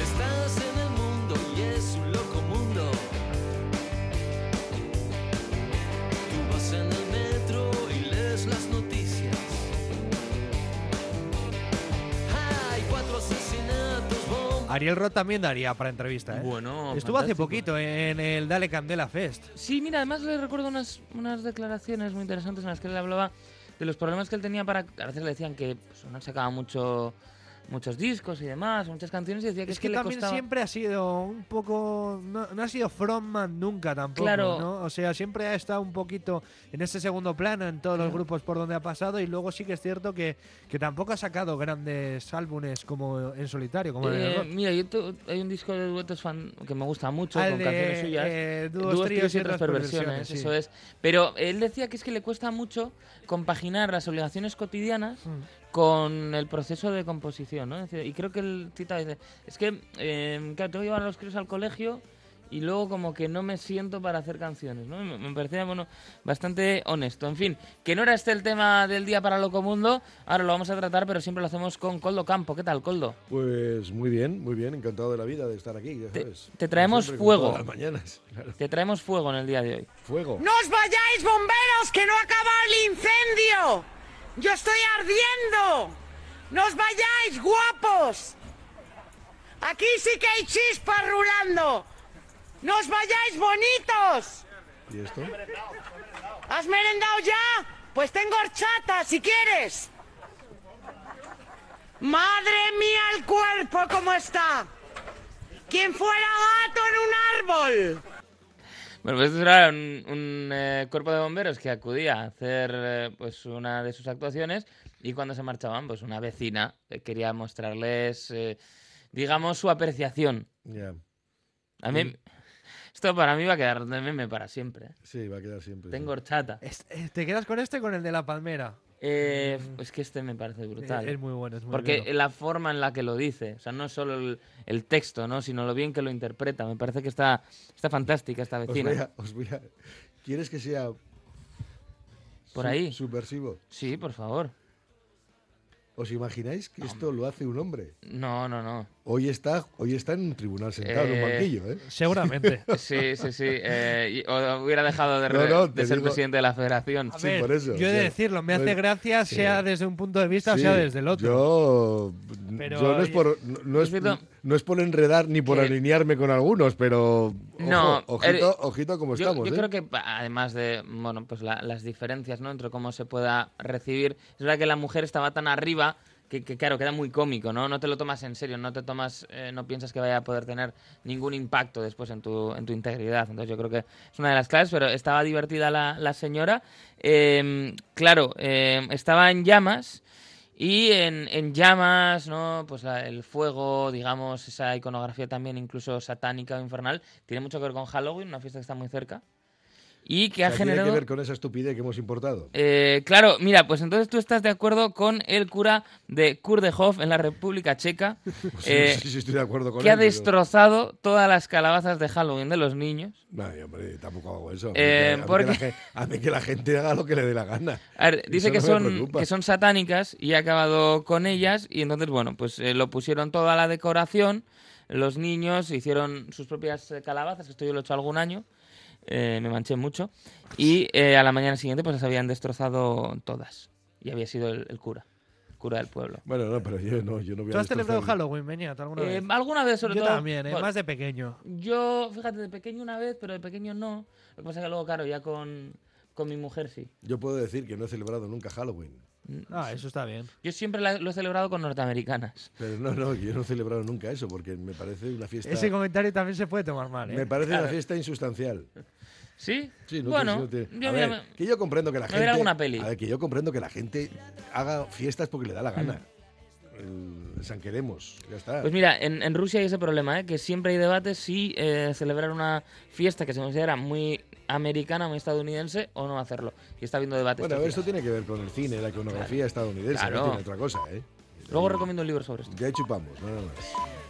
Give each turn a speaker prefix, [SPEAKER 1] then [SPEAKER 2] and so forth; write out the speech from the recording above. [SPEAKER 1] Estás en el mundo y es un loco mundo. Tú vas en el metro y lees las noticias. Hay cuatro asesinatos, bombas.
[SPEAKER 2] Ariel Roth también daría para entrevista, ¿eh?
[SPEAKER 3] Bueno,
[SPEAKER 2] Estuvo hace
[SPEAKER 3] fantástico.
[SPEAKER 2] poquito en el Dale Candela Fest.
[SPEAKER 3] Sí, mira, además le recuerdo unas, unas declaraciones muy interesantes en las que él hablaba de los problemas que él tenía para... A veces le decían que pues, no sacaba mucho, muchos discos y demás, muchas canciones, y decía que
[SPEAKER 2] Es
[SPEAKER 3] es
[SPEAKER 2] que,
[SPEAKER 3] le
[SPEAKER 2] también
[SPEAKER 3] costaba...
[SPEAKER 2] siempre ha sido un poco. No, no ha sido frontman nunca tampoco,
[SPEAKER 3] Claro.
[SPEAKER 2] ¿no? O sea, siempre ha estado un poquito en ese segundo plano en todos los
[SPEAKER 3] Claro.
[SPEAKER 2] grupos por donde ha pasado. Y luego sí que es cierto que, que tampoco ha sacado grandes álbumes como en solitario, como
[SPEAKER 3] Eh,
[SPEAKER 2] en el rock.
[SPEAKER 3] mira, yo tu- hay un disco de duetos fan que me gusta mucho,
[SPEAKER 2] Al
[SPEAKER 3] con
[SPEAKER 2] de,
[SPEAKER 3] canciones suyas.
[SPEAKER 2] eh, dúos,
[SPEAKER 3] Dúos,
[SPEAKER 2] tríos
[SPEAKER 3] tríos
[SPEAKER 2] y otras perversiones, sí.
[SPEAKER 3] eso es. Pero él decía que es que le cuesta mucho compaginar las obligaciones cotidianas
[SPEAKER 2] Mm.
[SPEAKER 3] con el proceso de composición, ¿no? Es decir, Y creo que el Tita dice, es que, eh, claro, tengo que llevar a los críos al colegio y luego como que no me siento para hacer canciones, ¿no? Y Me, me parecía, bueno, bastante honesto. En fin, que no era este el tema del día para Loco Mundo, ahora lo vamos a tratar, pero siempre lo hacemos con Coldo Campo. ¿Qué tal, Coldo?
[SPEAKER 4] Pues muy bien, muy bien, encantado de la vida de estar aquí, ya
[SPEAKER 3] Te-
[SPEAKER 4] sabes.
[SPEAKER 3] te traemos
[SPEAKER 4] Como siempre,
[SPEAKER 3] fuego.
[SPEAKER 4] como todas las mañanas, claro.
[SPEAKER 3] Te traemos fuego en el día de hoy.
[SPEAKER 4] Fuego.
[SPEAKER 5] ¡No os vayáis, bomberos, que no acaba el incendio! ¡Yo estoy ardiendo! ¡No os vayáis, guapos! Aquí sí que hay chispas rulando. ¡No os vayáis, bonitos!
[SPEAKER 4] ¿Y esto?
[SPEAKER 5] ¿Has merendado ya? Pues tengo horchata, si quieres. Madre mía, el cuerpo, ¿cómo está? Quien fuera gato en un árbol.
[SPEAKER 3] Bueno, pues esto era un, un, eh, cuerpo de bomberos que acudía a hacer eh, pues una de sus actuaciones y cuando se marchaban, pues una vecina eh, quería mostrarles, eh, digamos, su apreciación.
[SPEAKER 4] Ya,
[SPEAKER 3] A mí, esto para mí va a quedar de meme para siempre. ¿eh?
[SPEAKER 4] sí, va a quedar siempre. sí.
[SPEAKER 3] Tengo horchata.
[SPEAKER 2] Es- eh, ¿Te quedas con este o con el de la palmera? Eh,
[SPEAKER 3] Eh, es que este me parece brutal.
[SPEAKER 2] Es, es muy bueno, es muy
[SPEAKER 3] porque
[SPEAKER 2] bueno.
[SPEAKER 3] la forma en la que lo dice, o sea, no solo el, el texto, ¿no? sino lo bien que lo interpreta. Me parece que está, está fantástica esta
[SPEAKER 4] Os voy,
[SPEAKER 3] vecina.
[SPEAKER 4] a, os voy a- ¿Quieres que sea
[SPEAKER 3] Por
[SPEAKER 4] su-
[SPEAKER 3] ahí.
[SPEAKER 4] subversivo?
[SPEAKER 3] Sí, por favor.
[SPEAKER 4] ¿Os imagináis que esto lo hace un hombre?
[SPEAKER 3] No, no, no.
[SPEAKER 4] Hoy está, hoy está en un tribunal sentado en
[SPEAKER 3] Eh,
[SPEAKER 4] un banquillo, ¿eh?
[SPEAKER 2] Seguramente.
[SPEAKER 3] Sí, sí, sí. eh, y- o hubiera dejado de,
[SPEAKER 4] No,
[SPEAKER 3] re-
[SPEAKER 4] no,
[SPEAKER 3] de
[SPEAKER 4] te
[SPEAKER 3] ser
[SPEAKER 4] digo-
[SPEAKER 3] presidente de la federación.
[SPEAKER 2] A
[SPEAKER 4] Sí,
[SPEAKER 2] ver,
[SPEAKER 4] por eso,
[SPEAKER 2] yo he de
[SPEAKER 4] sí.
[SPEAKER 2] decirlo, me hace
[SPEAKER 4] Pues-
[SPEAKER 2] gracia
[SPEAKER 4] sí.
[SPEAKER 2] sea desde un punto de vista
[SPEAKER 4] Sí,
[SPEAKER 2] o sea desde el otro.
[SPEAKER 4] Yo,
[SPEAKER 2] Pero,
[SPEAKER 4] yo no, es
[SPEAKER 2] oye,
[SPEAKER 4] por, no, no es,
[SPEAKER 3] es cierto
[SPEAKER 4] no es por enredar ni por
[SPEAKER 3] que-
[SPEAKER 4] alinearme con algunos, pero
[SPEAKER 3] No,
[SPEAKER 4] ojo, ojito,
[SPEAKER 3] eres-
[SPEAKER 4] ojito como
[SPEAKER 3] Yo,
[SPEAKER 4] estamos.
[SPEAKER 3] yo
[SPEAKER 4] ¿eh?
[SPEAKER 3] creo que pa- además de bueno pues la- las diferencias no entre cómo se pueda recibir es verdad que la mujer estaba tan arriba que, que, claro queda muy cómico no no te lo tomas en serio no te tomas eh, no piensas que vaya a poder tener ningún impacto después en tu en tu integridad entonces yo creo que es una de las claves pero estaba divertida la, la señora Eh, claro eh, estaba en llamas y en, en llamas, ¿no? Pues la- el fuego, digamos, esa iconografía también incluso satánica o infernal, tiene mucho que ver con Halloween, una fiesta que está muy cerca. Y que
[SPEAKER 4] O
[SPEAKER 3] ha
[SPEAKER 4] sea, tiene
[SPEAKER 3] generado...
[SPEAKER 4] que ver con esa estupidez que hemos importado.
[SPEAKER 3] Eh, claro, mira, pues entonces tú estás de acuerdo con el cura de Kurdehov en la República Checa,
[SPEAKER 4] Pues
[SPEAKER 3] eh,
[SPEAKER 4] sí, sí, sí, estoy de acuerdo con
[SPEAKER 3] que ha
[SPEAKER 4] él, pero-
[SPEAKER 3] destrozado todas las calabazas de Halloween de los niños.
[SPEAKER 4] No, yo, hombre, tampoco hago eso. A mí
[SPEAKER 3] Eh,
[SPEAKER 4] que- a, mí
[SPEAKER 3] porque-
[SPEAKER 4] que la, gen- a mí que la gente haga lo que le dé la gana.
[SPEAKER 3] A ver,
[SPEAKER 4] Eso
[SPEAKER 3] dice que,
[SPEAKER 4] no me
[SPEAKER 3] son,
[SPEAKER 4] preocupa.
[SPEAKER 3] que son satánicas y ha acabado con ellas y entonces, bueno, pues eh, lo pusieron toda la decoración, los niños hicieron sus propias eh, calabazas, esto yo lo he hecho algún año, eh, me manché mucho, y eh, a la mañana siguiente pues las habían destrozado todas y había sido el, el cura, el cura del pueblo.
[SPEAKER 4] Bueno, no, pero yo no, yo no voy
[SPEAKER 2] ¿Tú
[SPEAKER 4] a
[SPEAKER 2] has celebrado
[SPEAKER 4] destrozar-
[SPEAKER 2] Halloween, Beñat, alguna
[SPEAKER 3] Eh,
[SPEAKER 2] vez?
[SPEAKER 3] alguna vez sobre
[SPEAKER 2] yo
[SPEAKER 3] todo...
[SPEAKER 2] también, ¿eh?
[SPEAKER 3] bueno,
[SPEAKER 2] más de pequeño.
[SPEAKER 3] Yo, fíjate, de pequeño una vez, pero de pequeño no. Lo que pasa es que luego, claro, ya con, con mi mujer sí.
[SPEAKER 4] Yo puedo decir que no he celebrado nunca Halloween.
[SPEAKER 2] Ah, eso está bien.
[SPEAKER 3] Yo siempre la- lo he celebrado con norteamericanas.
[SPEAKER 4] Pero no, no, yo no he celebrado nunca eso porque me parece una fiesta.
[SPEAKER 2] Ese comentario también se puede tomar mal, ¿eh?
[SPEAKER 4] Me parece una fiesta insustancial.
[SPEAKER 3] ¿Sí?
[SPEAKER 4] Sí, no
[SPEAKER 3] bueno,
[SPEAKER 4] tiene- no tiene-
[SPEAKER 3] yo,
[SPEAKER 4] a
[SPEAKER 3] mira,
[SPEAKER 4] ver,
[SPEAKER 3] me-
[SPEAKER 4] que yo comprendo que la
[SPEAKER 3] me
[SPEAKER 4] gente.
[SPEAKER 3] verá alguna peli.
[SPEAKER 4] A ver, que yo comprendo que la gente haga fiestas porque le da la gana. el San Queremos. Ya está.
[SPEAKER 3] Mm. Pues mira, en, en Rusia hay ese problema, ¿eh? que siempre hay debates si eh, celebrar una fiesta que se considera muy americana, muy estadounidense, o no hacerlo. Y está habiendo debates.
[SPEAKER 4] bueno, a ver,
[SPEAKER 3] estos
[SPEAKER 4] esto
[SPEAKER 3] días.
[SPEAKER 4] tiene que ver con el cine, la iconografía estadounidense,
[SPEAKER 3] Claro.
[SPEAKER 4] no tiene otra cosa, ¿eh?
[SPEAKER 3] Luego recomiendo un libro sobre esto.
[SPEAKER 4] Ya chupamos, nada más.